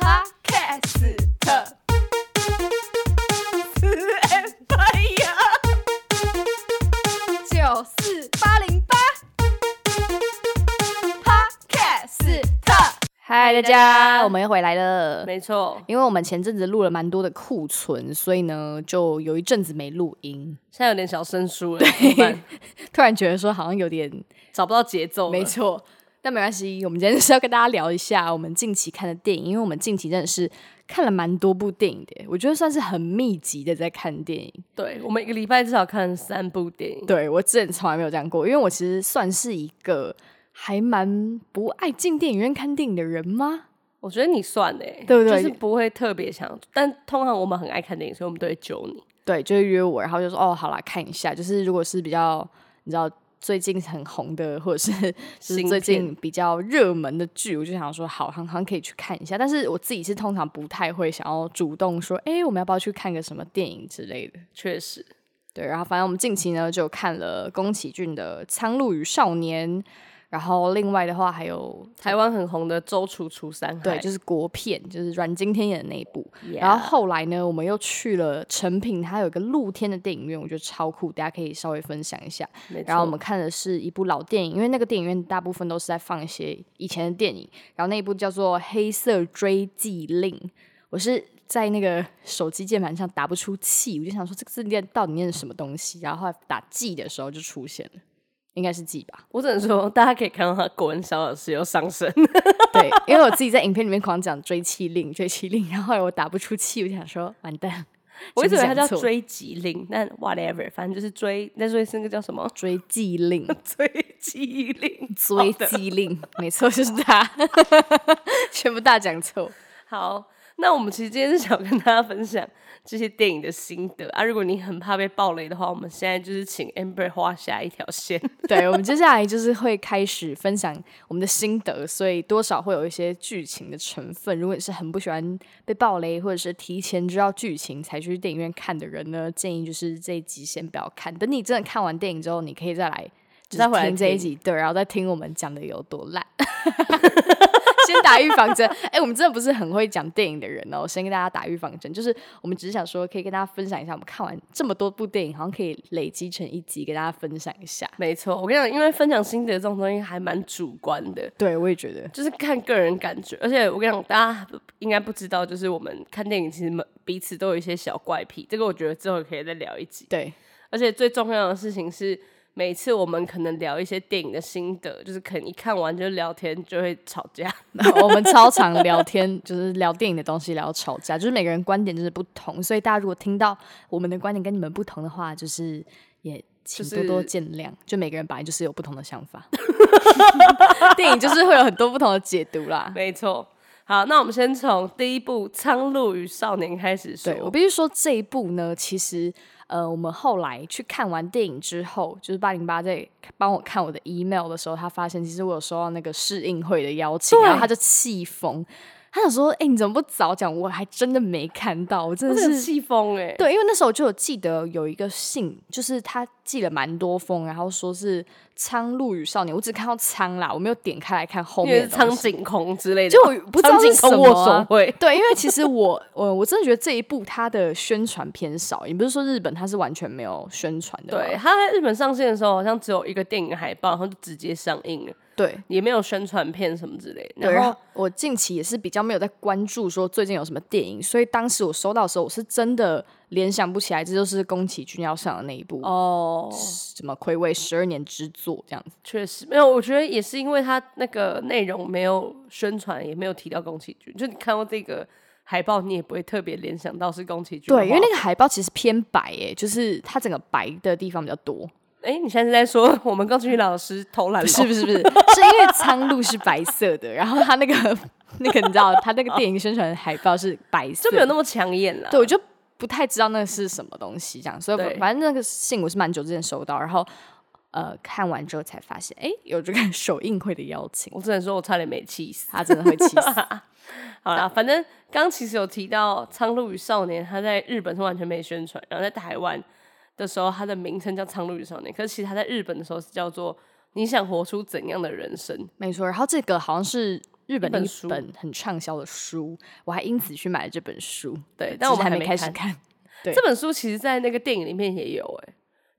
哎嗨，大大家家，我们又回来了。没错，因为我们前阵子录了蛮多的库存，所以呢，就有一阵子没录音。现在有点小生疏了，怎么办突然觉得说好像有点找不到节奏了。没错，但没关系。我们今天是要跟大家聊一下我们近期看的电影，因为我们近期真的是看了蛮多部电影的，我觉得算是很密集的在看电影。对我们一个礼拜至少看三部电影，对我之前从来没有这样过，因为我其实算是一个还蛮不爱进电影院看电影的人吗？我觉得你算哎，对不对就是不会特别想，但通常我们很爱看电影，所以我们都会揪你。对，就会约我，然后就说哦，好啦，看一下。就是如果是比较你知道最近很红的，或者是就是新最近片比较热门的剧，我就想说好，好像可以去看一下。但是我自己是通常不太会想要主动说，哎，我们要不要去看个什么电影之类的。确实，对，然后反正我们近期呢就看了宫崎骏的《苍鹭与少年》，然后另外的话还有台湾很红的《周楚除三害》，对，就是国片，就是阮经天演的那一部。 Yeah 然后后来呢，我们又去了成品，它有一个露天的电影院，我觉得超酷，大家可以稍微分享一下。没错然后我们看的是一部老电影，因为那个电影院大部分都是在放一些以前的电影，然后那一部叫做《黑色追记令》，我是在那个手机键盘上打不出气，我就想说这个字念到底念什么东西，然后后来打“记”的时候就出现了，应该是“记”吧。我只能说，大家可以看到他国文小老师又 上升，对，因为我自己在影片里面狂讲追妻令，追妻令，然后后来我打不出气，我就想说完蛋，我一直以为他全部讲叫错追吉令，但 whatever，反正就是追，那追是那个叫什么追记令，追吉令，追记令，没错，就是他， 全部大讲错。好，那我们其实今天是想跟大家分享这些电影的心得啊。如果你很怕被暴雷的话，我们现在就是请 Amber 画下一条线。 对，我们接下来就是会开始分享我们的心得，所以多少会有一些剧情的成分。如果你是很不喜欢被暴雷，或者是提前知道剧情才去电影院看的人呢，建议就是这一集先不要看，等你真的看完电影之后，你可以再来。 就是再回来听这一集，对，然后再听我们讲的有多 烂，先打预防针。哎、我们真的不是很会讲电影的人哦，我先跟大家打预防针，就是我们只是想说，可以跟大家分享一下，我们看完这么多部电影，好像可以累积成一集，给大家分享一下。没错，我跟你讲，因为分享心得这种东西还蛮主观的。对，我也觉得，就是看个人感觉，而且我跟你讲，大家应该不知道，就是我们看电影其实每彼此都有一些小怪癖，这个我觉得之后可以再聊一集。对 而且最重要的事情是，每次我们可能聊一些电影的心得，就是可能一看完就聊天就会吵架，我们超常聊天，就是聊电影的东西，聊吵架，就是每个人观点就是不同，所以大家如果听到我们的观点跟你们不同的话，就是也请就是多多见谅。就每个人本来就是有不同的想法， 电影就是会有很多不同的解读啦。没错。好，那我们先从第一部《苍鹭与少年》开始说。对我必须说这一部呢，其实呃，我们后来去看完电影之后，就是八零八在帮我看我的 email 的时候，他发现其实我有收到那个试映会的邀请，然后他就气疯，他想说：“哎、你怎么不早讲？我还真的没看到，我真我的真是的气疯哎！欸对，因为那时候就有记得有一个信，就是他寄了蛮多封，然后说是《苍鹭与少年》，我只看到苍啦，我没有点开来看后因为面是的苍东西。井空之类的就吧，我不知道苍井是什空么握啊、手会， 对，因为其实我，我我真的觉得这一部它的宣传偏少，也不是说日本它是完全没有宣传的对，嘛，他在日本上线的时候，好像只有一个电影海报，然后就直接上映了，对也没有宣传片什么之类的。对。啊然然后后我近期也是比较没有在关注说最近有什么电影，所以当时我收到的时候，我是真的联想不起来，这就是宫崎骏要上的那一部、哦，什么《魁违十二年之作》这样子。确实没有，我觉得也是因为他那个内容没有宣传，也没有提到宫崎骏，就你看到这个海报，你也不会特别联想到是宫崎骏的画。对，因为那个海报其实偏白诶、就是它整个白的地方比较多，哎、你现在是在说 我们宫崎骏老师偷懒不了？是不是不 是，是因为苍鹭是白色的，然后它那个 那个你知道，它那个电影宣传海报是白色就没有的，那么抢眼了。对，我就不太知道那个是什么东西，这样，所以对反正那个信我是蛮久之前收到，然后呃看完之后才发现，哎、有这个首映会的邀请， 我只能说我差点没气死。他真的会气死。好啦，反正刚刚其实有提到《苍鹭与少年》，他在日本是完全没宣传，然后在台湾的时候，它的名称叫《苍鹭与少年》，可是其实它在日本的时候是叫做《你想活出怎样的人生》。没错，然后这个好像是日本一本一书本很畅销的书，我还因此去买了这本书。对只但我是还们还没没开始看看。对这本书其实，在那个电影里面也有、欸，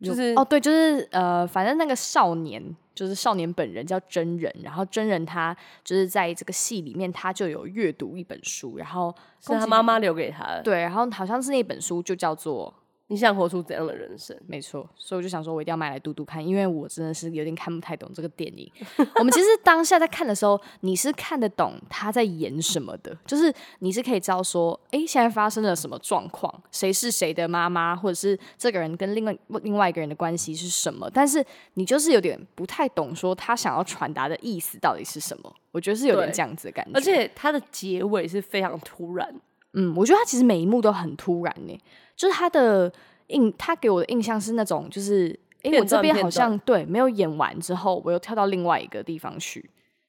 就是哦，对，就是呃，反正那个少年就是少年本人叫真人，然后真人他就是在这个戏里面，他就有阅读一本书，然后是他妈妈留给他的。对，然后好像是那本书就叫做你想活出怎样的人生？没错，所以我就想说，我一定要买来读读看，因为我真的是有点看不太懂这个电影。我们其实当下在看的时候，你是看得懂他在演什么的，就是你是可以知道说，诶，现在发生了什么状况，谁是谁的妈妈，或者是这个人跟另外另外一个人的关系是什么，但是你就是有点不太懂说他想要传达的意思到底是什么。我觉得是有点对这样子的感觉，而且它的结尾是非常突然，嗯，我觉得他其实每一幕都很突然呢、就是他的印，他给我的印象是那种就是，哎、片我这段边片好像对没有演完之后，我又跳到另外一个地方去，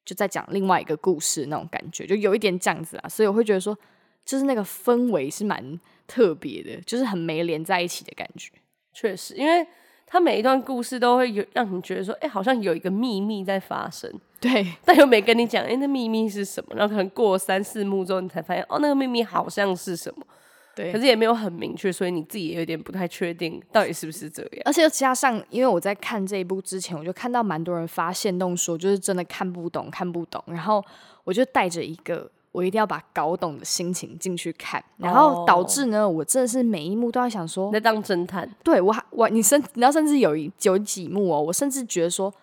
就在讲另外一个故事那种感觉，就有一点这样子啊，所以我会觉得说，就是那个氛围是蛮特别的，就是很没连在一起的感觉。 确实，因为它每一段故事都会有让你觉得说，哎、好像有一个秘密在发生，对，但又没跟你讲，哎、那秘密是什么？然后可能过了三四幕之后，你才发现，哦，那个秘密好像是什么，对可是也没有很明确，所以你自己也有点不太确定到底是不是这样。而且又加上，因为我在看这一部之前，我就看到蛮多人发现动说，就是真的看不懂，看不懂。然后我就带着一个我一定要把搞懂的心情进去看，然后导致呢，我真的是每一幕都在想说你，在当侦探，对我还我你甚你知道，甚至有一有几幕哦，我甚至觉得说，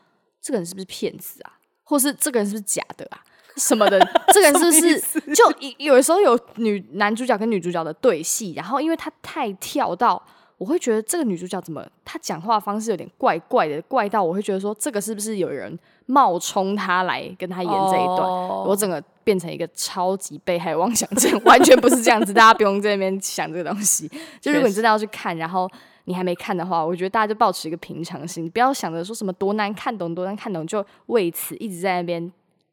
这个人是不是骗子啊，或是这个人是不是假的啊？什么的，这个人是不是就有有的时候有女男主角跟女主角的对戏，然后因为他太跳到，我会觉得这个女主角怎么她讲话方式有点怪怪的，怪到我会觉得说这个是不是有人冒充她来跟她演这一段哦我整个变成一个超级被害妄想症，完全不是这样子，大家不用在那边想这个东西。就如果确你实真的要去看，然后你还没看的话，我觉得大家就保持一个平常心，不要想着说什么多难看懂、多难看懂，就为此一直在那边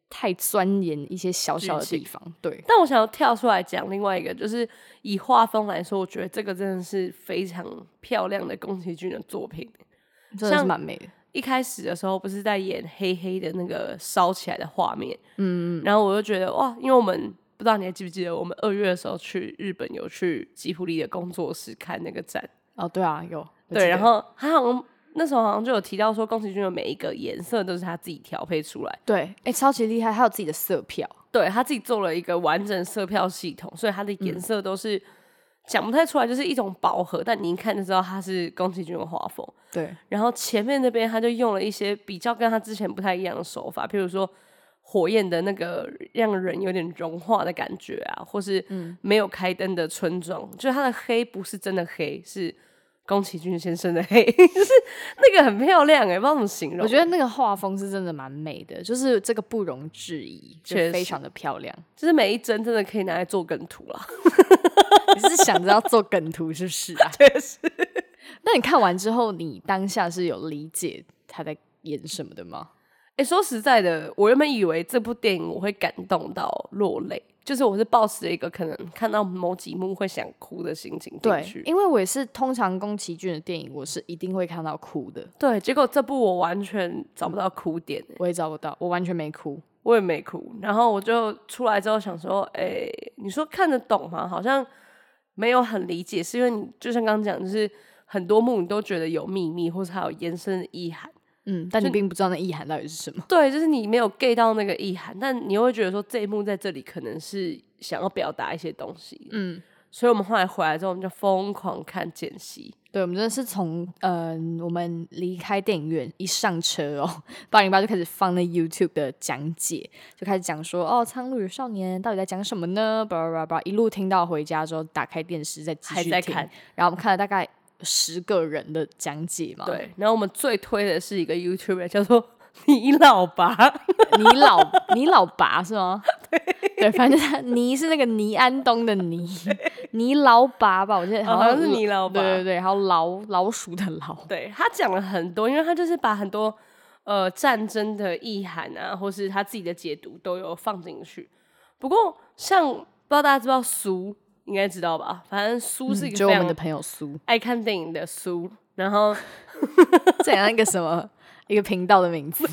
太钻研一些小小的剧情地方。对，但我想要跳出来讲另外一个，就是以画风来说，我觉得这个真的是非常漂亮的宫崎骏的作品。真的是像蛮美的。一开始的时候不是在演黑黑的那个烧起来的画面，嗯，然后我就觉得哇，因为我们不知道你还记不记得，我们二月的时候去日本有去吉普力的工作室看那个展，哦，对啊，有我记对，得然后他好像那时候好像就有提到说，宫崎骏的每一个颜色都是他自己调配出来，对，哎、超级厉害，还有自己的色票。对他自己做了一个完整色票系统，所嗯以它的颜色都是讲、不太出来，就是一种饱和，但你一看就知道它是宫崎骏的画风。对，然后前面那边他就用了一些比较跟他之前不太一样的手法，譬如说火焰的那个让人有点融化的感觉啊，或是嗯没有开灯的村庄，就是它的黑不是真的黑，是宫崎骏先生的黑， 就是那个很漂亮哎、不知道怎么形容。我觉得那个画风是真的蛮美的，就是这个不容置疑，就确实非常的漂亮。就是每一帧真的可以拿来做梗图啦。你是想着要做梗图是不是 啊？确实。那你看完之后，你当下是有理解他在演什么的吗？哎、说实在的，我原本以为这部电影我会感动到落泪，就是我是抱持一个可能看到某几幕会想哭的心情进去。因为我也是通常宫崎骏的电影，我是一定会看到哭的，对，结果这部我完全找不到嗯哭点、欸，我也找不到，我完全没哭。我也没哭。然后我就出来之后想说，哎、你说看得懂吗？好像没有很理解，是因为你就像刚刚讲，就是很多幕你都觉得有秘密，或是还有延伸的意涵。嗯，但你并不知道那意涵到底是什么。对，就是你没有 get 到那个意涵，但你又会觉得说这一幕在这里可能是想要表达一些东西。嗯，所以我们后来回来之后，我们就疯狂看剪辑。 对，我们真的是从嗯、我们离开电影院一上车哦，八零八就开始放那 YouTube 的讲解，就开始讲说哦，《苍鹭与少年》到底在讲什么呢？叭叭叭叭，一路听到回家之后，打开电视再继还续在听看，然后我们看了大概十个人的讲解嘛。，对，然后我们最推的是一个 YouTuber 叫做 你老爸。你老 你老爸是吗？对反正他倪是那个倪安东的倪，倪老爸吧，我记得哦好好像像是倪老爸对对对，然后老老鼠的老，对他讲了很多，因为他就是把很多呃战争的意涵啊，或是他自己的解读都有放进去。不过像不知道大家知不知道苏，应该知道吧？反正苏是一嗯就个我非们的常朋友苏。爱看电影的苏，然后这样一个什么一个频道的名字？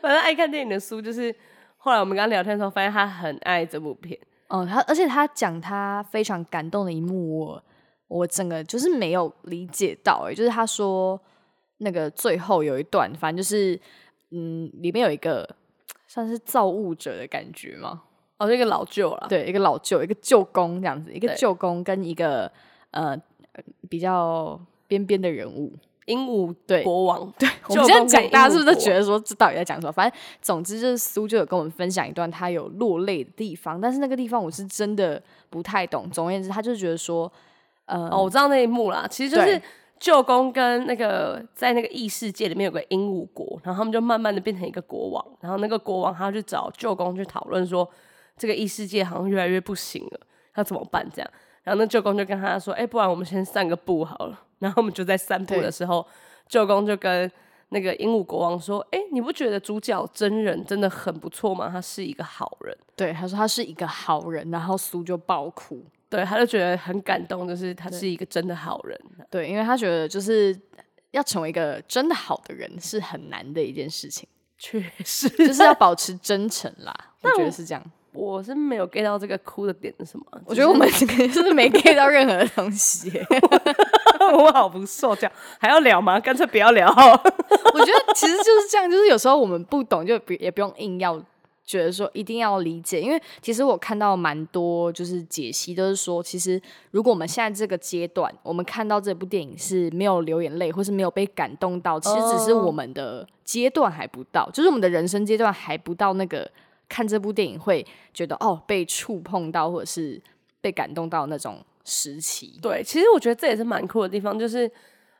反正爱看电影的苏就是。后来我们跟他聊天的时候，发现他很爱这部片，哦，他而且他讲他非常感动的一幕，我我整个就是没有理解到、欸，就是他说那个最后有一段，反正就是嗯，里面有一个算是造物者的感觉嘛，哦，这个老舅了，对，一个老舅，一个舅公这样子，一个对舅公跟一个呃比较边边的人物，鹦鹉对国王，对，我们现在讲，大家是不是都觉得说这到底在讲什么？反正总之就是苏就有跟我们分享一段他有落泪的地方，但是那个地方我是真的不太懂。总而言之，他就觉得说，呃，哦，我知道那一幕啦，其实就对是舅公跟那个在那个异世界里面有个鹦鹉国，然后他们就慢慢的变成一个国王，然后那个国王他要去找舅公去讨论说，这个异世界好像越来越不行了，要怎么办这样？然后那舅公就跟他说，哎、不然我们先散个步好了。然后我们就在散步对的时候，舅公就跟那个鹦鹉国王说，哎、你不觉得主角真人真的很不错吗？他是一个好人。对，他说他是一个好人，然后苏就爆哭。对，他就觉得很感动，就是他是一个真的好人。 对，因为他觉得就是要成为一个真的好的人是很难的一件事情，确实，就是要保持真诚啦。我觉得是这样。我是没有 get 到这个哭的点是 什么，我觉得我们 这个真的没 get 到任何的东西耶、我好不受教，还要聊吗？干脆不要聊。 我觉得其实就是这样，就是有时候我们不懂，就不也不用硬要觉得说一定要理解，因为其实我看到蛮多就是解析都是说，其实如果我们现在这个阶段，我们看到这部电影是没有流眼泪，或是没有被感动到，其实只是我们的阶段还不到，就是我们的人生阶段还不到那个看这部电影会觉得哦被触碰到，或者是被感动到那种时期。 对，其实我觉得这也是蛮酷的地方，就是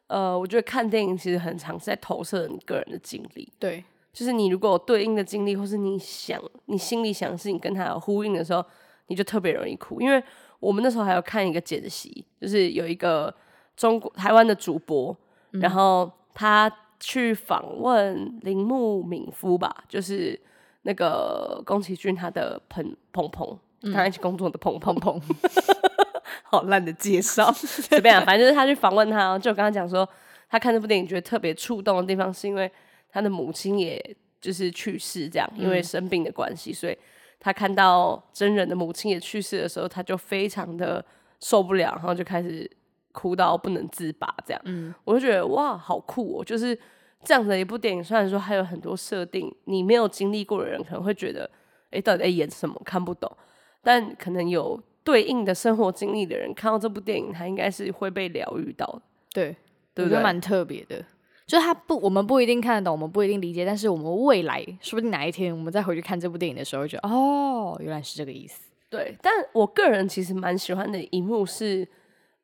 呃，我觉得看电影其实很常是在投射你个人的经历，对，就是你如果有对应的经历，或是你想你心里想的事情跟它有呼应的时候，你就特别容易哭。因为我们那时候还有看一个解析，就是有一个中国台湾的主播，然后他去访问铃木敏夫吧，就是那个宫崎骏他的鹏鹏鹏，跟他一起工作的鹏鹏砰砰，嗯 好烂的介绍， 随便、啊，反正就是他去访问他，然后就跟他讲说，他看这部电影觉得特别触动的地方，是因为他的母亲也就是去世，这样因为生病的关系，所以他看到真人的母亲也去世的时候，他就非常的受不了，然后就开始哭到不能自拔，这样，我就觉得哇，好酷哦，就是这样子的一部电影，虽然说还有很多设定，你没有经历过的人可能会觉得，诶，到底在演什么，看不懂。但可能有对应的生活经历的人看到这部电影，他应该是会被疗愈到的。对，对不我觉得对蛮特别的。就是他不，我们不一定看得懂，我们不一定理解，但是我们未来说不定哪一天我们再回去看这部电影的时候，会觉得哦，原来是这个意思。对，但我个人其实蛮喜欢的一幕是，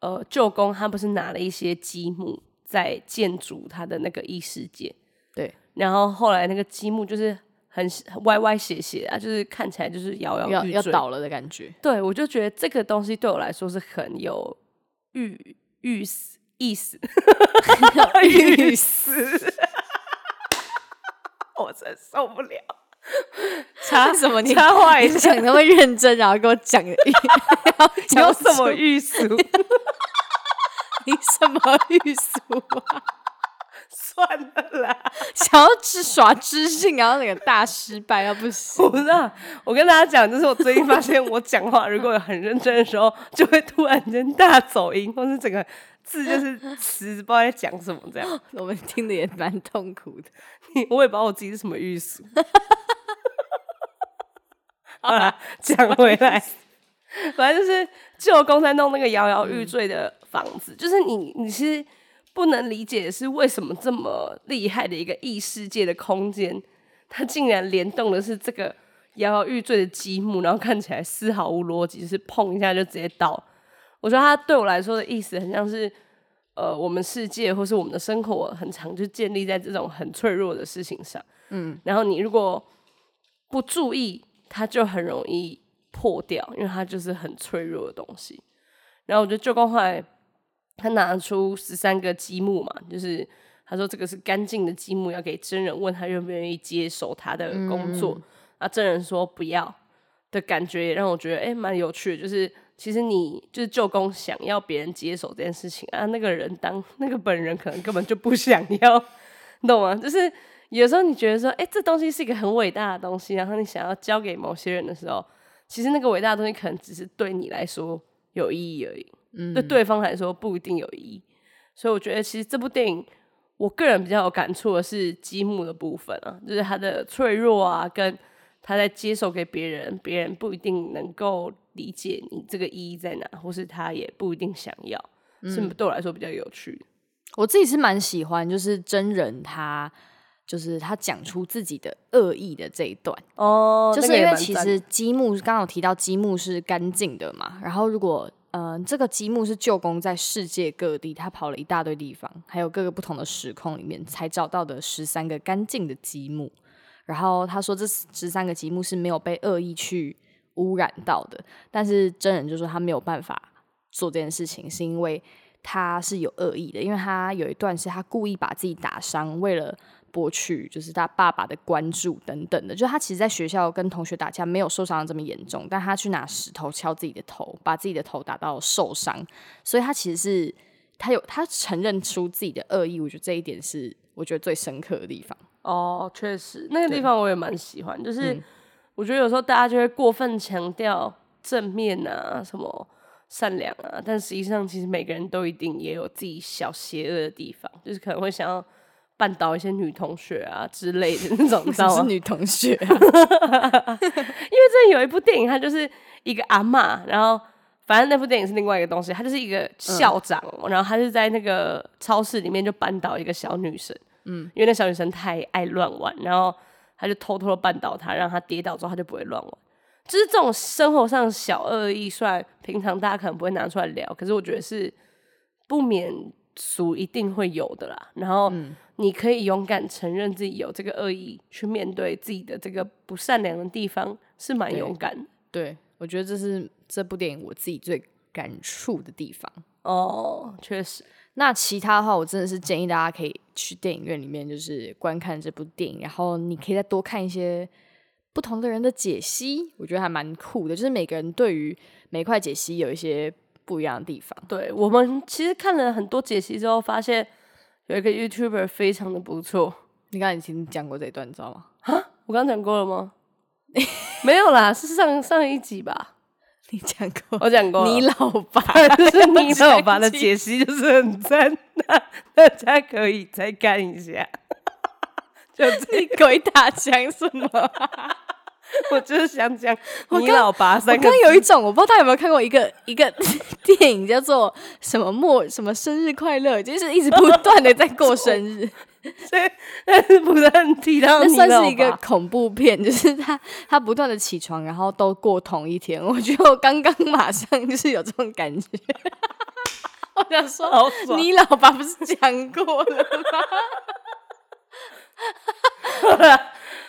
呃，舅公他不是拿了一些积木在建筑他的那个异世界，对，然后后来那个积木就是很很歪歪斜斜啊，就是看起来就是摇摇要欲要坠。倒了的感 觉。对，我就觉得这个东西对我来说是很有寓寓思意思， 意 思，我真受不了。查什么你插话一 你讲那么认真，然后跟我讲， 你有有什么玉俗？你什么意思啊？ 算了啦，想要知耍知性，然后那个大失败，要不行。我不知道。我跟大家讲，就是我最近发现，我讲话如果很认真的时候，就会突然间大走音，或是整个字就是词不知道在讲什么这样。 我们听的也蛮痛苦的。我也不知道我自己是什么玉俗。 好啦，讲回来，反正就是舅公在弄那个摇摇欲坠的房子，就是你你是不能理解是为什么这么厉害的一个异世界的空间，它竟然联动的是这个摇摇欲坠的积木，然后看起来丝毫无逻辑，就是碰一下就直接倒。我觉得它对我来说的意思很像是，呃，我们世界或是我们的生活很常就建立在这种很脆弱的事情上，嗯，然后你如果不注意，它就很容易破掉，因为它就是很脆弱的东西。然后我觉得舅公后来他拿出十三个积木嘛，就是他说这个是干净的积木，要给真人问他愿不愿意接手他的工作，啊，真人说不要的感觉也让我觉得哎蛮、有趣的，就是。其实你就是舅公想要别人接手这件事情啊，那个人当那个本人可能根本就不想要，你懂吗？就是有时候你觉得说，哎、这东西是一个很伟大的东西，然后你想要交给某些人的时候，其实那个伟大的东西可能只是对你来说有意义而已。嗯对对方来说不一定有意义。所以我觉得，其实这部电影，我个人比较有感触的是积木的部分啊，就是他的脆弱啊，跟他在接手给别人，别人不一定能够理解你这个意义在哪，或是他也不一定想要，是嗯对我来说比较有趣的。我自己是蛮喜欢，就是真人他就是他讲出自己的恶意的这一段，哦就是因为其实积木刚刚有提到积木是干净的嘛，然后如果呃这个积木是舅公在世界各地他跑了一大堆地方，还有各个不同的时空里面才找到的十三个干净的积木，然后他说这十三个积木是没有被恶意去污染到的，但是真人就说他没有办法做这件事情，是因为他是有恶意的，因为他有一段是他故意把自己打伤，为了博取就是他爸爸的关注等等的。就他其实，在学校跟同学打架没有受伤得这么严重，但他去拿石头敲自己的头，把自己的头打到受伤，所以他其实是他有他承认出自己的恶意，我觉得这一点是我觉得最深刻的地方。哦，确实那个地方我也蛮喜欢，就是嗯我觉得有时候大家就会过分强调正面啊，什么善良啊，但实际上其实每个人都一定也有自己小邪恶的地方，就是可能会想要绊倒一些女同学啊之类的那种，你知道是吗？女同学、啊因为之前有一部电影，它就是一个阿嬷，然后反正那部电影是另外一个东西，它就是一个校长，然后他是在那个超市里面就扳倒一个小女生，嗯，因为那小女生太爱乱玩，然后他就偷偷的扳倒她，让她跌倒之后她就不会乱玩。就是这种生活上的小恶意，虽然平常大家可能不会拿出来聊，可是我觉得是不免俗一定会有的啦。然后你可以勇敢承认自己有这个恶意，去面对自己的这个不善良的地方，是蛮勇敢的 对我觉得这是这部电影我自己最感触的地方。哦。确实，那其他的话，我真的是建议大家可以去电影院里面，就是观看这部电影，然后你可以再多看一些不同的人的解析，我觉得还蛮酷的。就是每个人对于每块解析有一些不一样的地方。对我们其实看了很多解析之后，发现有一个 YouTuber 非常的不错。你刚才已经讲过这一段，你知道吗？ 我刚讲过了 吗？没有啦，是上上一集吧，你讲过，我讲过了。你老 爸 就是你老爸把的解析就是很赞， 大大家可以再看一下。 就这你鬼打墙 什么？ 我就是想讲 我你刚老爸三我个刚有一种，我不知道大家有没有看过一个一个 电影，叫做什么末什么生日快乐，就是一直不断的在过生日。字， 但是不断提到那你算老是一个爸。恐怖片， 就是他他不断的起床，然后都过同一天。我觉得我刚刚马上就是有这种感觉， 我想说，好爽！你老爸不是讲过了 吗？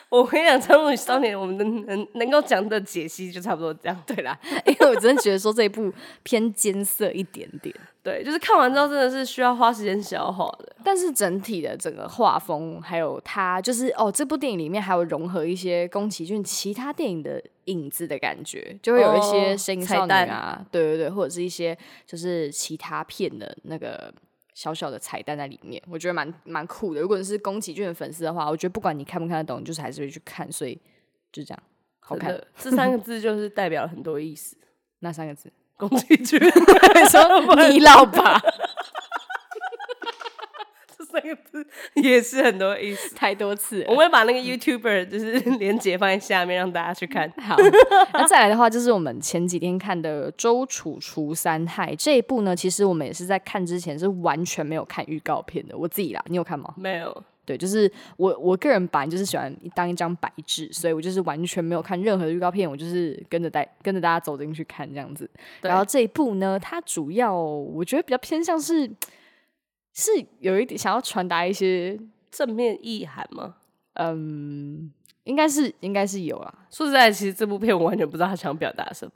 我跟你讲，《苍鹭与少年》，我们能能能够讲的解析就差不多这样。对啦，因为我真的觉得说这一部偏艰涩一点点，对，就是看完之后真的是需要花时间消化的。但是整体的整个画风，还有它就是哦，这部电影里面还有融合一些宫崎骏其他电影的影子的感觉，就会有一些《哦声音彩少女》蛋啊，对对对，或者是一些就是其他片的那个小小的彩蛋在里面，我觉得蛮蛮酷的。如果你是宫崎骏的粉丝的话，我觉得不管你看不看得懂，你就是还是会去看，所以就这样，好真看的，这三个字就是代表了很多意思。那三个字。 宫崎骏，说你老爸这三个字也是很多意思。 太多次了我们会把那个 YouTuber 就是连接放在下面，让大家去看。 好，那再来的话就是我们前几天看的《周楚除三害》这一部呢，其实我们也是在看之前是完全没有看预告片的。我自己啦，你有看吗？没有，对，就是我我个人版就是喜欢当一张白纸，所以我就是完全没有看任何的预告片，我就是跟着带跟着大家走进去看这样子。对然后这一部呢，它主要我觉得比较偏向是是有一点想要传达一些，正面意涵吗？嗯，应该是应该是有啦，说实在，其实这部片我完全不知道他想表达什么，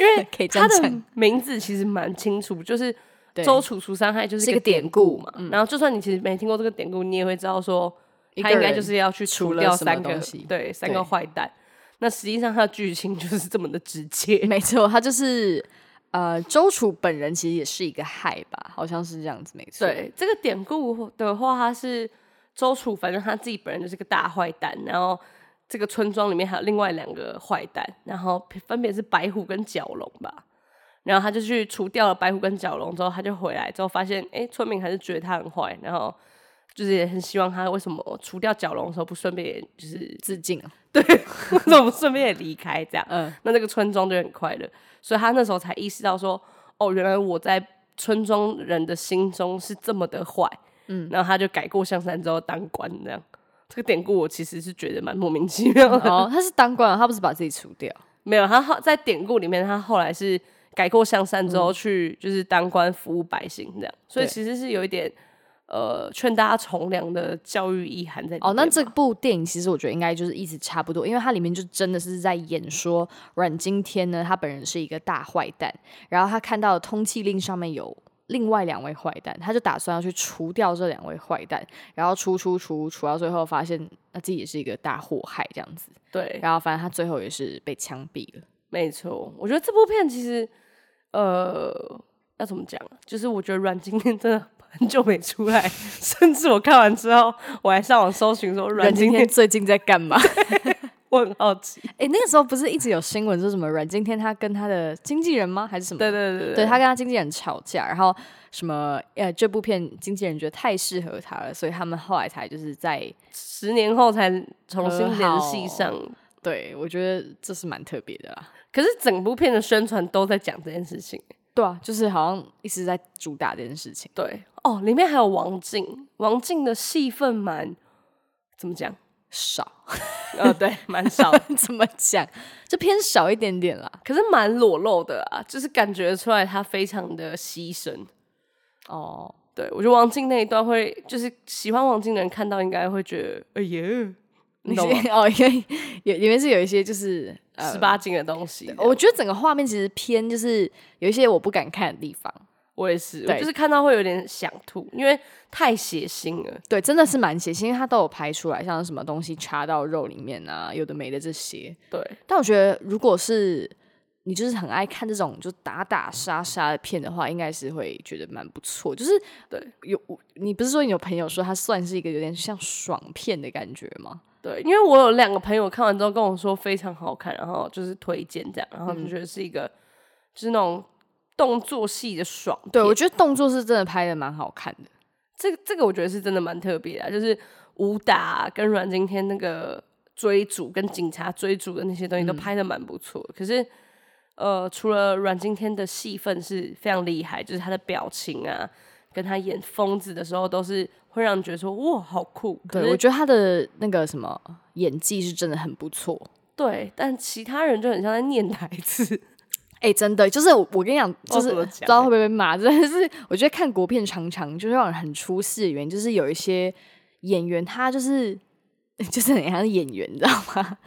因为可以这他样的讲。名字其实蛮清楚，就是对周楚除三害，就是是一一个个典典故故嗯嘛。然后就算你其实没听过这个典故，你也会知道说一他个应该人就是要去除除了掉什么三个东西对三个对坏蛋。那实际上他的剧情就是这么的直接。没错，他就是呃，周楚本人其实也是一个害吧，好像是这样子，没错。，对这个典故的话，他是周楚，反正他自己本人就是个大坏蛋，然后这个村庄里面还有另外两个坏蛋，然后分别是白虎跟角龙吧。然后他就去除掉了白虎跟角龙之后，他就回来之后发现，哎，村民还是觉得他很坏，然后就是也很希望他为什么除掉角龙的时候不顺便也就是致敬 啊，为什么不顺便也离开这样？嗯，那这个村庄就很快乐，所以他那时候才意识到说，哦，原来我在村庄人的心中是这么的坏，嗯，然后他就改过向善之后当官这样。这个典故我其实是觉得蛮莫名其妙的， 哦，他是当官啊，他不是把自己除掉，没有，他后在典故里面，他后来是改过向善之后去就是当官服务百姓这样，所以嗯对其实是有一点呃劝大家从良的教育意涵在里面吧。哦，那这部电影其实我觉得应该就是意思差不多，因为它里面就真的是在演说阮经天呢，他本人是一个大坏蛋，然后他看到通缉令上面有另外两位坏蛋，他就打算要去除掉这两位坏蛋，然后除除除除到最后发现他自己也是一个大祸害这样子，对，然后反正他最后也是被枪毙了。没错，我觉得这部片其实呃要怎么讲啊，就是我觉得阮经天真的很久没出来， 甚至我看完之后，我还上网搜寻说阮阮经经天天，最近在干 嘛？我很好奇。哎、那个时候不是一直有新闻说什么阮经天他跟他的经纪人吗？还是什么？对对对对他跟他经纪人吵架，然后什么呃，这部片经纪人觉得太适合他了，所以他们后来才就是在十年后才重新和联好系上，对我觉得这是蛮特别的啦。可是整部片的宣传都在讲这件事情。对啊，就是好像一直在主打这件事情。对哦，里面还有王静，王静的戏份蛮怎么讲？少呃， 对，蛮少的， 怎么讲，就偏少一点点啦。可是蛮裸露的啊，就是感觉出来她非常的牺牲。哦，对我觉得王静那一段会，就是喜欢王静的人看到应该会觉得，哎呀，你你懂吗？是哦，因为有里面是有一些就是呃 十八禁的东西，我我觉得整个画面其实偏就是有一些我不敢看的地方，我也是，我对就是看到会有点想吐，因为太血腥了。对，真的是蛮血腥，因为它都有拍出来，像是什么东西插到肉里面啊，有的没的这些。对，但我觉得，如果是你就是很爱看这种就打打杀杀的片的话，应该是会觉得蛮不错。就是对有我你不是说你有朋友说他算是一个有点像爽片的感觉吗？对，因为我有两个朋友看完之后跟我说非常好看，然后就是推荐这样，然后嗯就觉得是一个、就是那种动作戏的爽片。对，我觉得动作是真的拍的蛮好看的。这个这个我觉得是真的蛮特别的啊、就是武打啊、跟阮经天那个追逐跟警察追逐的那些东嗯西都拍的蛮不错的。可是呃，除了阮经天的戏份是非常厉害，就是他的表情啊，跟他演疯子的时候都是会让你觉得说哇好酷。可对，是我觉得他的那个什么演技是真的很不错。对，但其他人就很像在念台词。哎、真的，就是我我跟你讲，就哦是怎么不讲知道会不会被骂， 真的是我觉得看国片常常就是让人很出戏的原因，就是有一些演员他就是就是很像演员，你知道吗？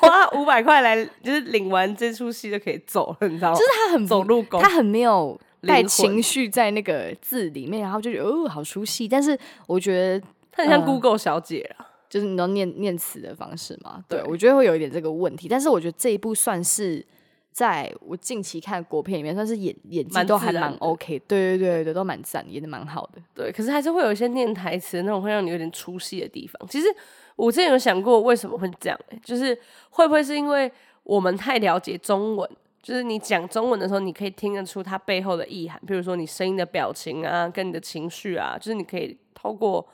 花五百块来，就是领完这出戏就可以走了，你知道吗？就是他很走路工他，很没有带灵魂情绪在那个字里面，然后就觉得哦，好出戏。但是我觉得，他很像嗯 Google 小姐啊。就是你要念念词的方式嘛，对对我觉得会有一点这个问题。但是我觉得这一部算是在我近期看的国片里面，算是演演技蛮都自还然蛮的 OK，对对对对，都蛮赞，演的蛮好的。对，可是还是会有一些念台词的那种会让你有点出戏的地方。其实我之前有想过为什么会这样、欸就是会不会是因为我们太了解中文，就是你讲中文的时候，你可以听得出它背后的意涵，比如说你声音的表情啊，跟你的情绪啊，就是你可以透过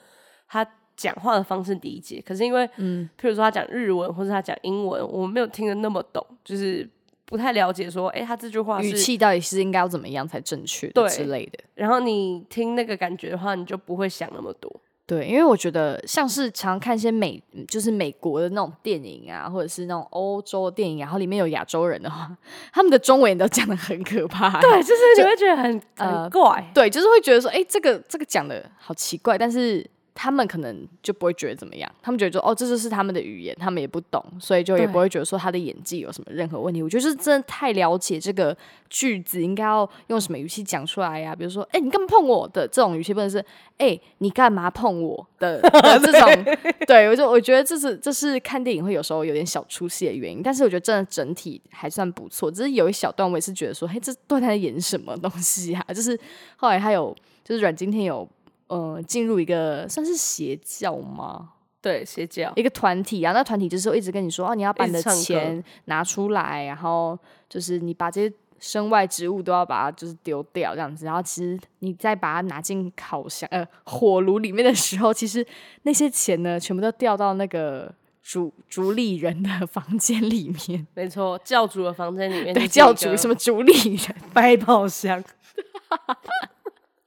他讲话的方式理解。可是因为，嗯，譬如说他讲日文或者他讲英文，我们没有听得那么懂，就是不太了解说，哎、他这句话语是气到底是应该要怎么样才正确的对之类的。然后你听那个感觉的话，你就不会想那么多。对，因为我觉得像是常看一些美，就是美国的那种电影啊，或者是那种欧洲的电影，然后里面有亚洲人的话， 他们的中文也都讲的很可怕。对，就是你会觉得 很呃很怪，对，就是会觉得说，哎、这个这个讲的好奇怪，但是他们可能就不会觉得怎么样，他们觉得说，哦，这就是他们的语言，他们也不懂，所以就也对不会觉得说他的演技有什么任何问题。我觉得是真的太了解这个句子应该要用什么语气讲出来呀、比如说，哎、你干嘛碰我的这种语气，不能是，哎、你干嘛碰我 的的这种。对我就我觉得这是这是看电影会有时候有点小出戏的原因，但是我觉得真的整体还算不错，只是有一小段我也是觉得说，嘿，这段他在演什么东西啊？就是后来他有，就是阮经天有，呃，进入一个算是邪教吗？对，邪教，一个团体啊，那啊团体就是一直跟你说，哦，你要把一直你的唱歌钱拿出来，然后就是你把这些身外之物都要把它就是丢掉这样子，然后其实你再把它拿进烤箱呃火炉里面的时候，其实那些钱呢全部都掉到那个主主理人的房间里 面，没错，教主的房间里面对教主什么么主理人，百宝 箱，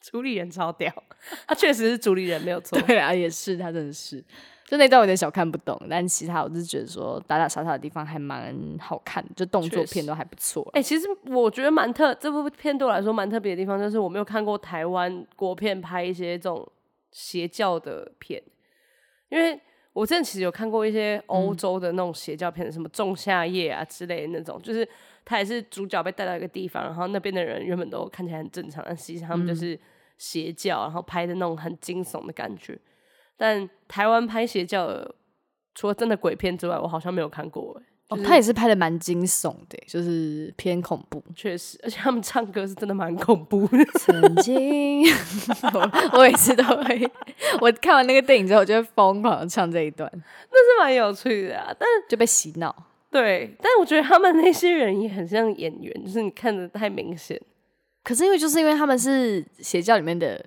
主理人超屌，他确实是主理人没有错。对啊，也是，他真的是，就那段我有点小看不懂，但其他我是觉得说打打杀杀的地方还蛮好看的，就动作确片都还不错啊。哎、其实我觉得蛮特，这部片对我来说蛮特别的地方，就是我没有看过台湾国片拍一些这种邪教的片，因为我之前其实有看过一些欧洲的那种邪教片，什么《仲夏夜》啊之类的那种，就是他也是主角被带到一个地方，然后那边的人原本都看起来很正常，但实际上他们就是邪教，然后拍的那种很惊悚的感觉。但台湾拍邪教的，除了真的鬼片之外，我好像没有看过、欸。哦，他也是拍的蛮惊悚的，欸就是偏恐怖。确实，而且他们唱歌是真的蛮恐怖的。曾经， 我 我每次都会，我看完那个电影之后，我就会疯狂地唱这一段，是 蛮有趣的啊。但就被洗脑。对，但我觉得他们那些人也很像演员，就是你看的太明显可是因为就是因为他们是邪教里面的，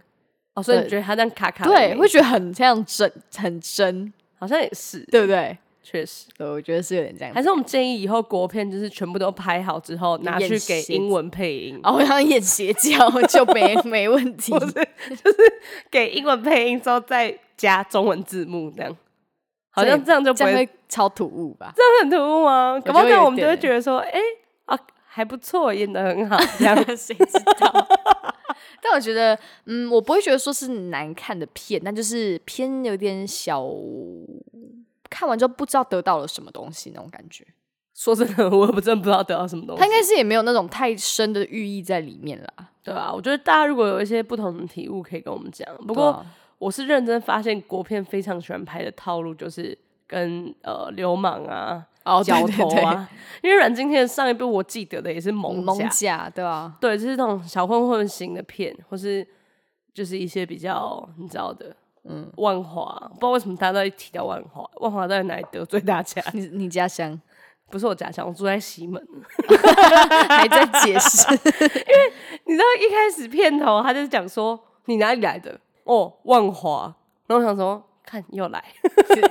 哦，所以你对觉得他这样卡卡的对，没会觉得很像真，很真，好像也是，对不对？确实。对，我觉得是有点这样子。还是我们建议以后国片就是全部都拍好之后拿去给英文配音，哦，我想演邪教就没 没问题。给英文配音之后再加中文字幕，这样好像这这样就不这样会会超突兀吧？很突兀啊。搞不好这样我们就会觉得说，哎、啊还不错，演的很好，这样 谁知道？ 但我觉得，嗯，我不会觉得说是难看的片，但就是偏有点小，看完之后不知道得到了什么东西那种感觉。说真的，我也真的不知道得到什么东西它。应该是也没有那种太深的寓意在里面啦。对啊，我觉得大家如果有一些不同的体悟，可以跟我们讲。不不过我是认真发现，国片非常喜欢拍的套路就是跟呃流氓啊、哦，角对对头对啊， 因为阮经天的上一部我记得的也是 蒙蒙甲，甲对啊，对，就是那种小混混型的片，或是就是一些比较你知道的，嗯，万华，不知道为什么大家都一提到万华，万华到底哪里得罪大家？ 你你家乡不是我家乡，我住在西门。 还在解释，你知道一开始片头他就是讲说你哪里来的？哦，万华。然后我想说，看又来，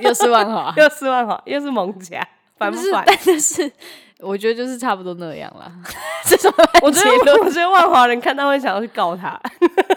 又是万华， 又是万华，又是蒙甲， 烦不就是烦？但就是我觉得就是差不多那样啦。 这种我觉得我觉 得万华人看到会想要去告 他，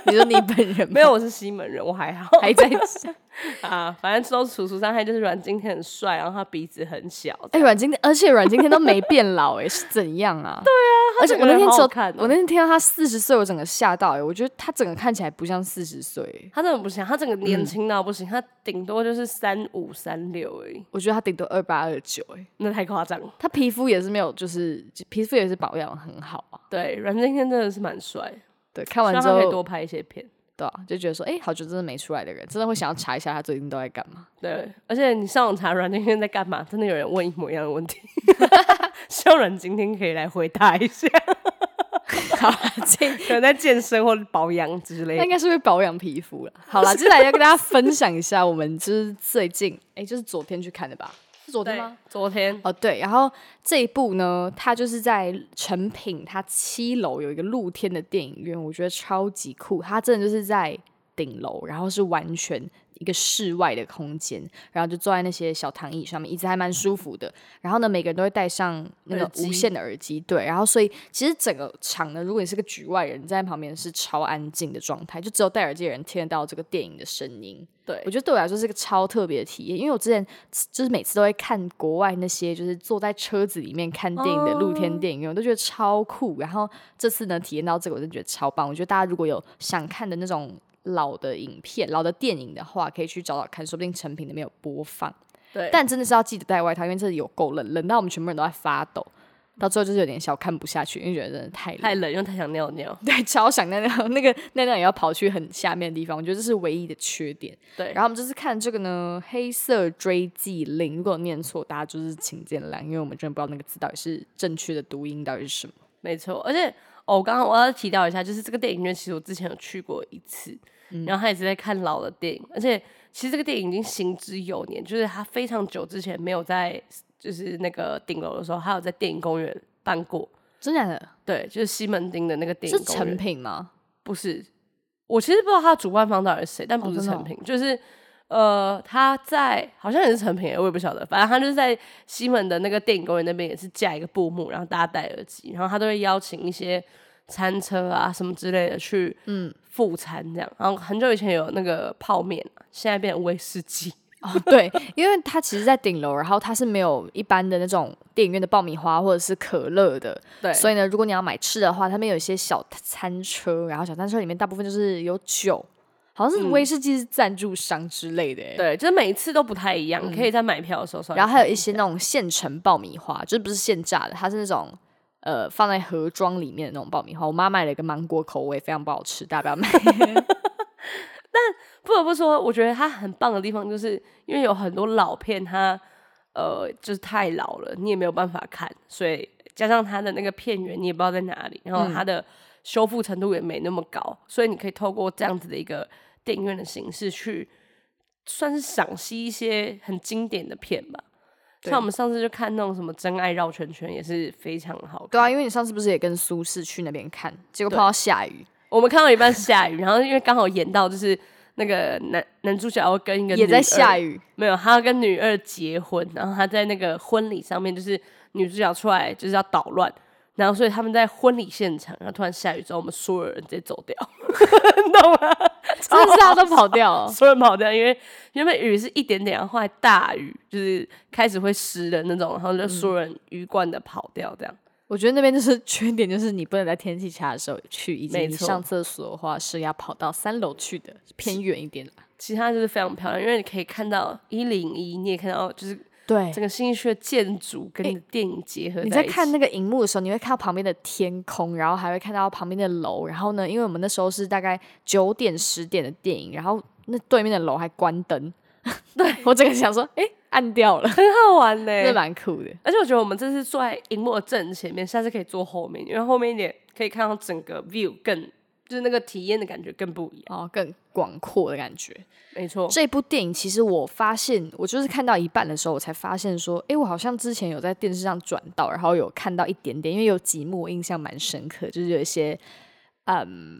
你说你本人吗没有，我是西门人，我还好还在 啊。反正都是楚楚伤害，就是阮经天很帅，然后他鼻子很小，哎、阮经天，而且阮经天都没变老、哎， 是怎样啊？对啊，而且整我个那人天好只好有看哦我那天听到他四十岁，我整个吓到、哎，我觉得他整个看起来不像四十岁、哎他真的不行，他整个年轻到不行，他顶多就是三五三六而已，我觉得他顶多二八二九，哎，那太夸张了。他皮肤也是没有，就是皮肤也是保养得很好啊。对，阮经天真的是蛮帅，对，看完希之望他可以后，多拍一些片。对啊，就觉得说，哎、好久真的没出来的人，真的会想要查一下他最近都在干 嘛。对，而且你上网查阮经天在干嘛，真的有人问一模一样的问 题，希望阮经天可以来回答一下，好啦，这可能在健身或者保养之类那的应。该是会保养皮肤了。好啦，接下来要跟大家分享一下我们就是最近，哎、就是昨天去看的吧？是昨天吗？？昨天哦，对，然后这一部呢，它就是在成品它七楼有一个露天的电影院，我觉得超级酷。它真的就是在顶楼，然后是完全一个室外的空间，然后就坐在那些小躺椅上面，椅子还蛮舒服的。然后呢，每个人都会戴上那个耳机无线的耳机，对。然后所以其实整个场呢，如果你是个局外人，你站在旁边是超安静的状态，就只有戴耳机的人听得到这个电影的声音。对我觉得对我来说是个超特别的体验，因为我之前就是每次都会看国外那些就是坐在车子里面看电影的露天电影院，我都觉得超酷。然后这次呢，体验到这个，我就觉得超棒。我觉得大家如果有想看的那种老的影片、老的电影的话，可以去找找看，说不定成品那边有播放。对但真的是要记得带外套，因为这有够冷，冷到我们全部人都在发抖。到最后就是有点小看不下去，因为觉得真的太冷，太冷又太想尿尿。对，超想尿尿，那个尿尿也要跑去很下面的地方，我觉得这是唯一的缺点。对，然后我们就是看这个呢，《黑色追记令》，如果念错，大家就是请见谅，因为我们真的不知道那个字到底是正确的读音到底是什么。没错。而且哦，我刚刚我要提到一下，就是这个电影院其实我之前有去过一次，嗯然后他也是在看老的电影，而且其实这个电影已经行之有年，就是他非常久之前没有在就是那个顶楼的时候，还有在电影公园办过。真假的？对，就是西门町的那个电是影公成园，品吗？不是。我其实不知道他主办方到底是谁，但不哦是真的哦成品，就是呃，他在好像也是成品耶，我也不晓得，反正他就是在西门的那个电影公园那边也是架一个布幕，然后大家戴耳机，然后他都会邀请一些餐车啊什么之类的去嗯副餐这样。然后很久以前有那个泡面嘛，现在变成威士忌。哦，对，因为它其实，在顶楼，然后它是没有一般的那种电影院的爆米花或者是可乐的，对，所以呢，如果你要买吃的话，他们有一些小餐车，然后小餐车里面大部分就是有酒，好像是威士忌是赞助商之类的、欸，对，就是每一次都不太一样，你可以在买票的时候稍嗯微然后还有一看些那种现成爆米花，就是不是现榨的，它是那种呃放在盒装里面的那种爆米花。我妈买了一个芒果口味，非常不好吃，大家不要买。不得不说，我觉得它很棒的地方，就是因为有很多老片它，呃，就是太老了，你也没有办法看，所以加上它的那个片源，你也不知道在哪里，然嗯后它的修复程度也没那么高，所以你可以透过这样子的一个电影院的形式去，算是赏析一些很经典的片吧。对像我们上次就看那种什么《真爱绕圈圈》，也是非常好看。对啊，因为你上次不是也跟苏轼去那边看，结果碰到下雨，我们看到一半下雨，然后因为刚好演到就是那个男男主角要跟一个也在女二下 雨，没有，他要跟女二结婚，然后他在那个婚礼上面，就是女主角出来就是要捣乱，然后所以他们在婚礼现场，然后突然下雨之后，我们所有人直 接走掉，你懂吗？真的是超他都跑掉 了。所有人跑掉，因为原本雨是一点点，然后后来大雨就是开始会湿的那种，然后就所有人鱼贯的跑掉，这样、我觉得那边就是 缺点，就是你不能在天气差的时候去，以及没你错上厕所的话是要跑到三楼去的，偏远一点啦。其他就是非常漂亮，因为你可以看到一零一，你也看到就是对，整个新义区的建筑跟你的电影结合你在在一起。看那个荧幕的时候，你会看到旁边的天空，然后还会看到旁边的楼。然后呢，因为我们那时候是大概九点十点的电影，然后那对面的楼还关灯。 对我整个想说，哎、暗掉了，很好玩呢、那蛮酷的。而且我觉得我们这次坐在荧幕的正前面，下次可以坐后面，因为后面一点可以看到整个 view 更，就是那个体验的感觉更不一样。哦，更广阔的感觉。没错，这部电影其实我发现，我就是看到一半的时候，我才发现说，哎、我好像之前有在电视上转到，然后有看到一点点，因为有几幕我印象蛮深刻，就是有一些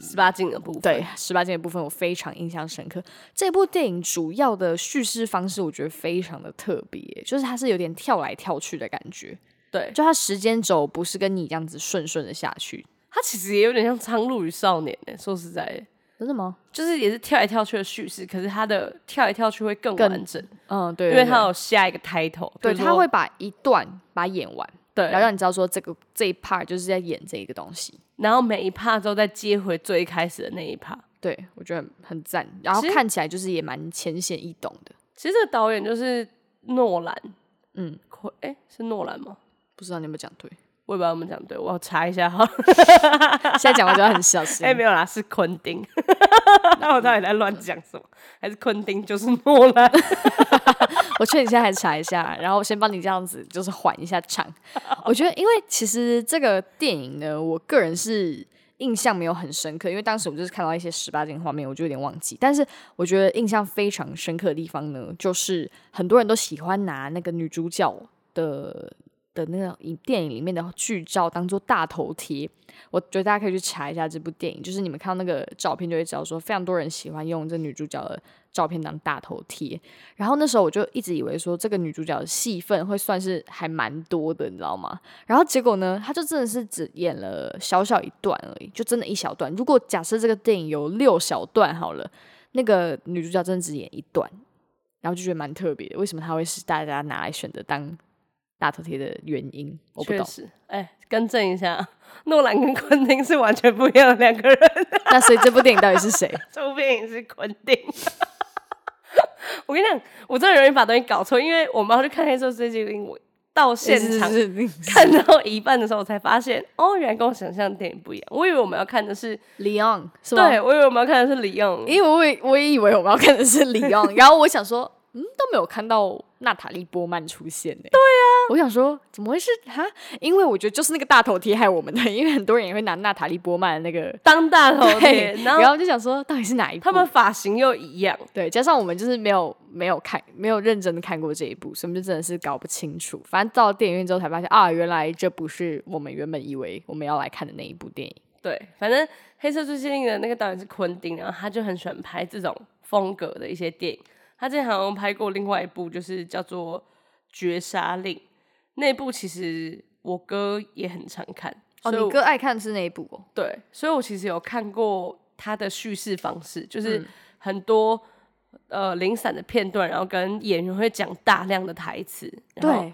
十八禁的部分，对，十八禁的部分我非常印象深刻。这部电影主要的叙事方式，我觉得非常的特别，就是它是有点跳来跳去的感觉，对，就它时间轴不是跟你这样子顺顺的下去，它其实也有点像《苍鹭与少年、欸》说实在的，真的吗？就是也是跳来跳去的叙事，可是它的跳来跳去会更更完整，嗯，对因对对为它有下一个 title，对，比如说它会把一段把它演完，对然后，让你知道说这个这一 part 就是在演这一个东西。然后每一趴之后再接回最一开始的那一趴。对，我觉得很很赞，然后其实看起来就是也蛮浅显易懂的。其实这个导演就是诺兰，嗯，哎、是诺兰吗？不知道你有没有讲对？我也不知道有没有讲对，我要查一下哈。现在讲话就要很小心。 哎、没有啦，是昆汀。 那我到底在乱讲什么？还是昆汀就是诺兰？我劝你现在还查一下，然后我先帮你这样子，就是缓一下场。我觉得，因为其实这个电影呢，我个人是印象没有很深刻，因为当时我就是看到一些十八禁的画面，我就有点忘记。但是我觉得印象非常深刻的地方呢，就是很多人都喜欢拿那个女主角的。的那个影电影里面的剧照当做大头贴，我觉得大家可以去查一下这部电影，就是你们看到那个照片就会知道，说非常多人喜欢用这女主角的照片当大头贴。然后那时候我就一直以为说这个女主角的戏份会算是还蛮多的，你知道吗？然后结果呢，她就真的是只演了小小一段而已，就真的一小段。如果假设这个电影有六小段好了，那个女主角真的只演一段，然后就觉得蛮特别的。为什么她会是大家拿来选择当大头贴的原因？ 我不确懂。实，哎、更正一下，诺兰跟昆汀是完全不一样的两个人。那所以这部电影到底是谁？这部电影是昆汀。 我跟你讲，我真的容易把东西搞错，因为我妈去看《黑色追击令》，我到现场是是是 看到一半的时候，我才发现，哦，原来跟我想象的电影不一样。我以为我们要看的是， Leon 是吗？对，我以为我们要看的是李勇， 因为我也我也以为我们要看的是李昂，然后我想说，嗯，都没有看到娜塔莉波曼出现呢、对啊，我想说怎么会是哈？因为我觉得就是那个大头贴害我们的， 因为很多人也会拿娜塔莉波曼的那个当大头贴对，，然然后后就想说到底是哪一部？他们发型又一样，对，加上我们就是没有没有看没有认真的看过这一部，所以我们就真的是搞不清楚。反正到电影院之后才发现啊，原来这不是我们原本以为我们要来看的那一部电影。对，反正《黑色追击令》的那个导演是昆汀，然后他就很喜欢拍这种风格的一些电影。他之前好像拍过另外一部，就是叫做《绝杀令》，那部其实我哥也很常看。所以我爱看是那一部哦？对，所以我其实有看过他的叙事方式，就是很多、呃零散的片段，然后跟演员会讲大量的台词，然对，后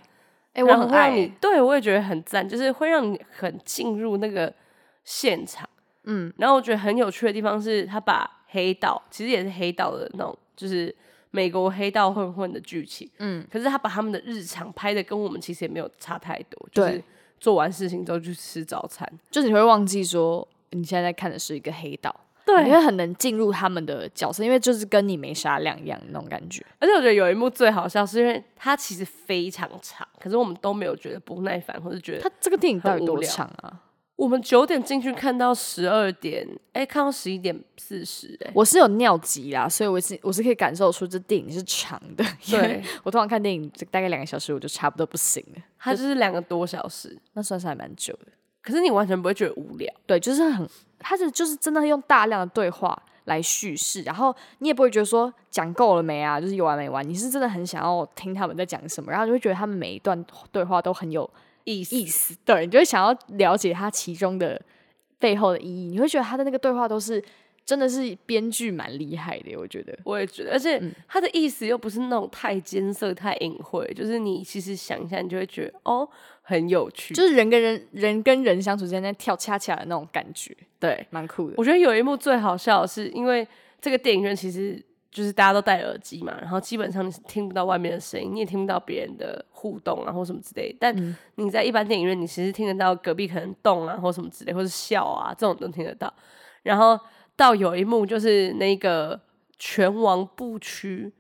哎、我然后很会让爱你，对我也觉得很赞，就是会让你很进入那个现场。嗯，然后我觉得很有趣的地方是，他把黑道其实也是黑道的那种，就是美国黑道混混的剧情。嗯，可是他把他们的日常拍的跟我们其实也没有差太多，就是对做完事情之后去吃早餐。就是你会忘记说你现在在看的是一个黑道，你对，会很能进入他们的角色，因为就是跟你没啥两样那种感觉。而且我觉得有一幕最好笑，是因为它其实非常长，可是我们都没有觉得不耐烦，或是觉得他这个电影到底很无多聊长啊？我们九点进去看到十二点，哎、看到十一点四十，哎，我是有尿急啦，所以我是我是可以感受出这电影是长的。因为对，我通常看电影大概两个小时，我就差不多不行了。它就是两个多小时，那算是还蛮久的。可是你完全不会觉得无聊。对，就是很，他是就是真的用大量的对话来叙事，然后你也不会觉得说讲够了没啊，就是有完没完。你是真的很想要听他们在讲什么，然后你会觉得他们每一段对话都很有意思意思，对，你就会想要了解他其中的背后的意义。你会觉得他的那个对话都是真的是编剧蛮厉害的，我觉得。我也觉得，而且它的意思又不是那种太艰涩、太隐晦，就是你其实想一下，你就会觉得哦，很有趣。就是人跟人、人跟人相处之间在跳恰恰的那种感觉，对，蛮酷的。我觉得有一幕最好笑的是，因为这个电影院其实就是大家都戴耳机嘛，然后基本上你是听不到外面的声音，你也听不到别人的互动啊或什么之类的。但你在一般电影院，你其实听得到隔壁可能动啊或什么之类，或是笑啊这种都听得到。然后到有一幕就是那个拳王不屈，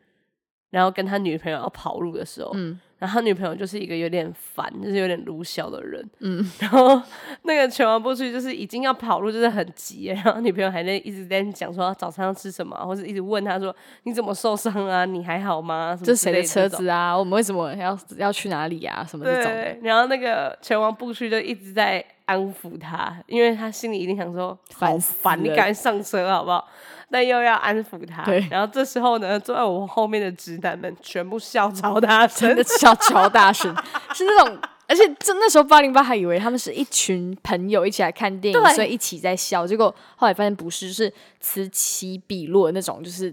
然后跟他女朋友要跑路的时候，嗯然后他女朋友就是一个有点烦，就是有点鲁小的人，嗯， 然后那个拳王不去就是已经要跑路，就是很急，然后女朋友还在一直在讲说早餐要吃什么啊，或者一直问他说你怎么受伤啊，你还好吗？什么这是谁之类的的车这种子啊？我们为什么要要去哪里啊？什么这种对，然后那个拳王不去就一直在安抚他，因为他心里一定想说烦死烦，你了赶快上车好不好？但又要安抚他对。然后这时候呢，坐在我后面的直男们全部笑超大声真的，是要超大声，是那种，而且真那时候八零八还以为他们是一群朋友一起来看电影，对所以一起在笑，结果后来发现不是，是此起彼落的那种，就是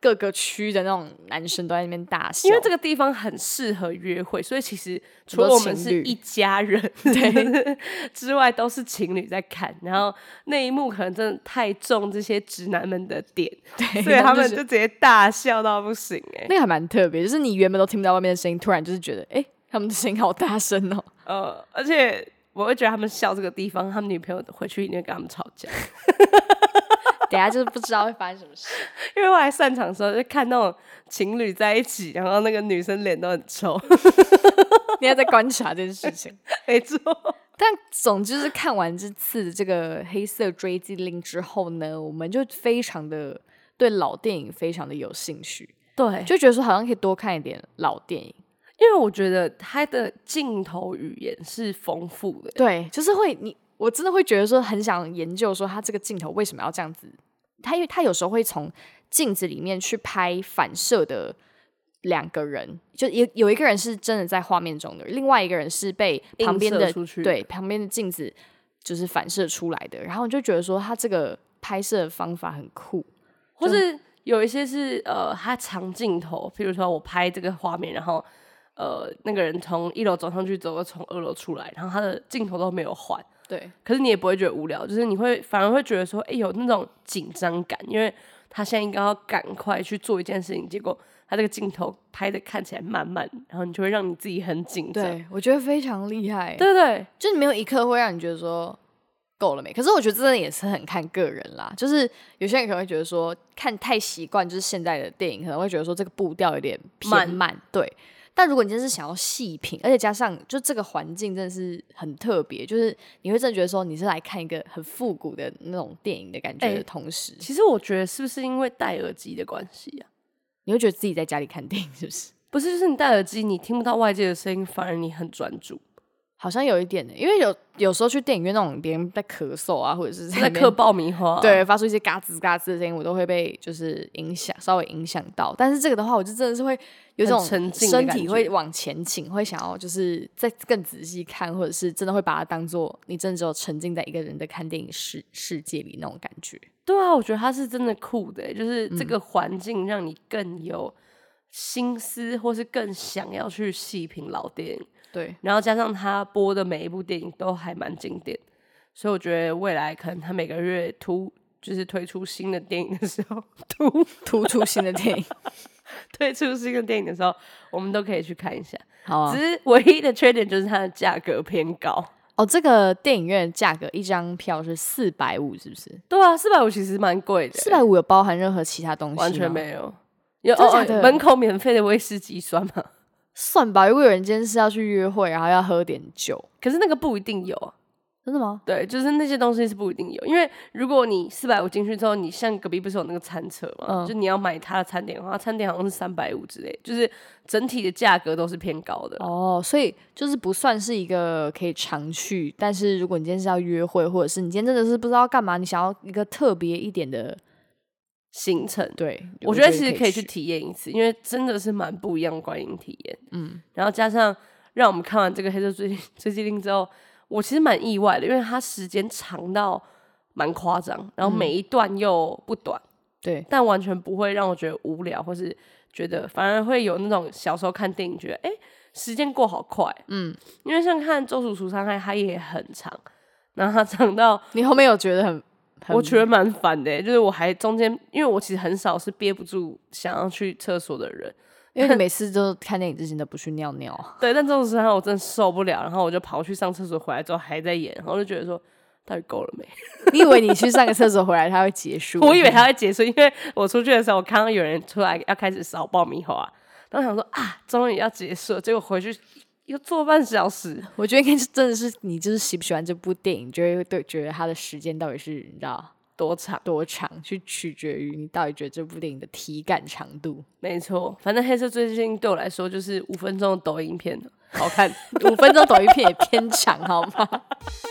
各个区的那种男生都在那边大笑，因为这个地方很适合约会，所以其实除多了我们情是侣一家人对 之外，都是情侣在看。然后那一幕可能真的太中这些直男们的点，对所以他们就就是直接大笑到不行哎、那个还蛮特别，就是你原本都听不到外面的声音，突然就是觉得，哎、他们的声音好大声哦，呃，而且我会觉得他们笑这个地方，他们女朋友回去一定会跟他们吵架，等一下就是不知道会发生什么事。因为后来散场的时候就看那种情侣在一起，然后那个女生脸都很臭， 你还在观察这件事情。没错，但总之是看完这次的这个《黑色追击令》之后呢，我们就非常的对老电影非常的有兴趣，对，就觉得说好像可以多看一点老电影。因为我觉得他的镜头语言是丰富的。对，就是会你我真的会觉得说很想研究说他这个镜头为什么要这样子，他因为他有时候会从镜子里面去拍反射的。两个人，就有有一个人是真的在画面中的，另外一个人是被旁边映的射出去对旁边的镜子就是反射出来的，然后你就觉得说他这个拍摄方法很酷，或是有一些是呃，它长镜头，譬如说我拍这个画面，然后呃，那个人从一楼走上去，走后从二楼出来，然后他的镜头都没有换，对可是你也不会觉得无聊，就是你会反而会觉得说，哎、有那种紧张感，因为他现在应该要赶快去做一件事情，结果他这个镜头拍的看起来慢慢，然后你就会让你自己很紧张，对，我觉得非常厉害，对对就是没有一刻会让你觉得说够了没。可是我觉得真的也是很看个人啦，就是有些人可能会觉得说看太习惯，就是现在的电影可能会觉得说这个步调有点偏慢，慢对。但如果你真是想要细品，而且加上就这个环境真的是很特别，就是你会真的觉得说你是来看一个很复古的那种电影的感觉哎的同时，其实我觉得是不是因为戴耳机的关系啊？你会觉得自己在家里看电影，是不是？不是，就是你戴耳机，你听不到外界的声音，反而你很专 注，好像有一点欸呢、因为有有时候去电影院那种别人在咳嗽啊，或者是在那边嗑爆米花、，对，发出一些嘎吱嘎吱的声音，我都会被就是影响，稍微影响到。但是这个的话，我就真的是会有很种沉浸的身感体觉会往前倾，会想要就是再更仔细看，或者是真的会把它当做你真的只有沉浸在一个人的看电影世世界里那种感觉。对啊，我觉得它是真的酷的欸、就是这个环境让你更有心思，或是更想要去细品老电影。对，然后加上他播的每一部电影都还蛮经典，所以我觉得未来可能他每个月突就是推出新的电影的时候， 突突出新的电影，推出新的电影的时候，我们都可以去看一下。 好啊只。是唯一的缺点就是它的价格偏高。哦，这个电影院的价格一张票是四百五，是不是？对啊，四百五其实蛮贵的欸、四百五有包含任何其他东西吗？完全没有。有真哦假哦的门口免费的威士忌酸嘛？算吧。如果有人今天是要去约会，然后要喝点酒， 可是那个不一定有啊，真的吗？对，就是那些东西是不一定有，因为如果你四百五进去之后，你像隔壁不是有那个餐车嘛，嗯就你要买它的餐点的话，餐点好像是三百五之类，就是整体的价格都是偏高的。哦，所以就是不算是一个可以常去，但是如果你今天是要约会，或者是你今天真的是不知道干嘛，你想要一个特别一点的，行程，对，我觉得其实可可以去体验一次，因为真的是蛮不一样的观影体验。嗯，然后加上让我们看完这个《黑色追击追击令》之后，我其实蛮意外的，因为它时间长到蛮夸张，然后每一段又不短。对，但完全不会让我觉得无聊，或是觉得反而会有那种小时候看电影觉得，哎、时间过好快，嗯，因为像看《周楚除伤害》，它也很长，然后它长到你后面有觉得很，很我觉得蛮烦的、欸就是我还中间，因为我其实很少是憋不住想要去厕所的人，因为你每次都看电影之前都不去尿尿啊，对，但《周楚除伤害》我真的受不了，然后我就跑去上厕所，回来之后还在演，然后我就觉得说。到底够了没？你以为你去上个厕所回来它会结束？ 我以为它会结束，因为我出去的时候，我看到有人出来要开始扫爆米花，然后想说啊，终于要结束了，结果回去又坐半小时。我觉得应该是真的是你就是喜不喜欢这部电影，就会对觉得它的时间到底是你知道多长？多长，去取决于你到底觉得这部电影的体感长度。没错，反正黑色最近对我来说 就是五分钟的抖音片，好看。五分钟抖一片也偏长，好吗？哎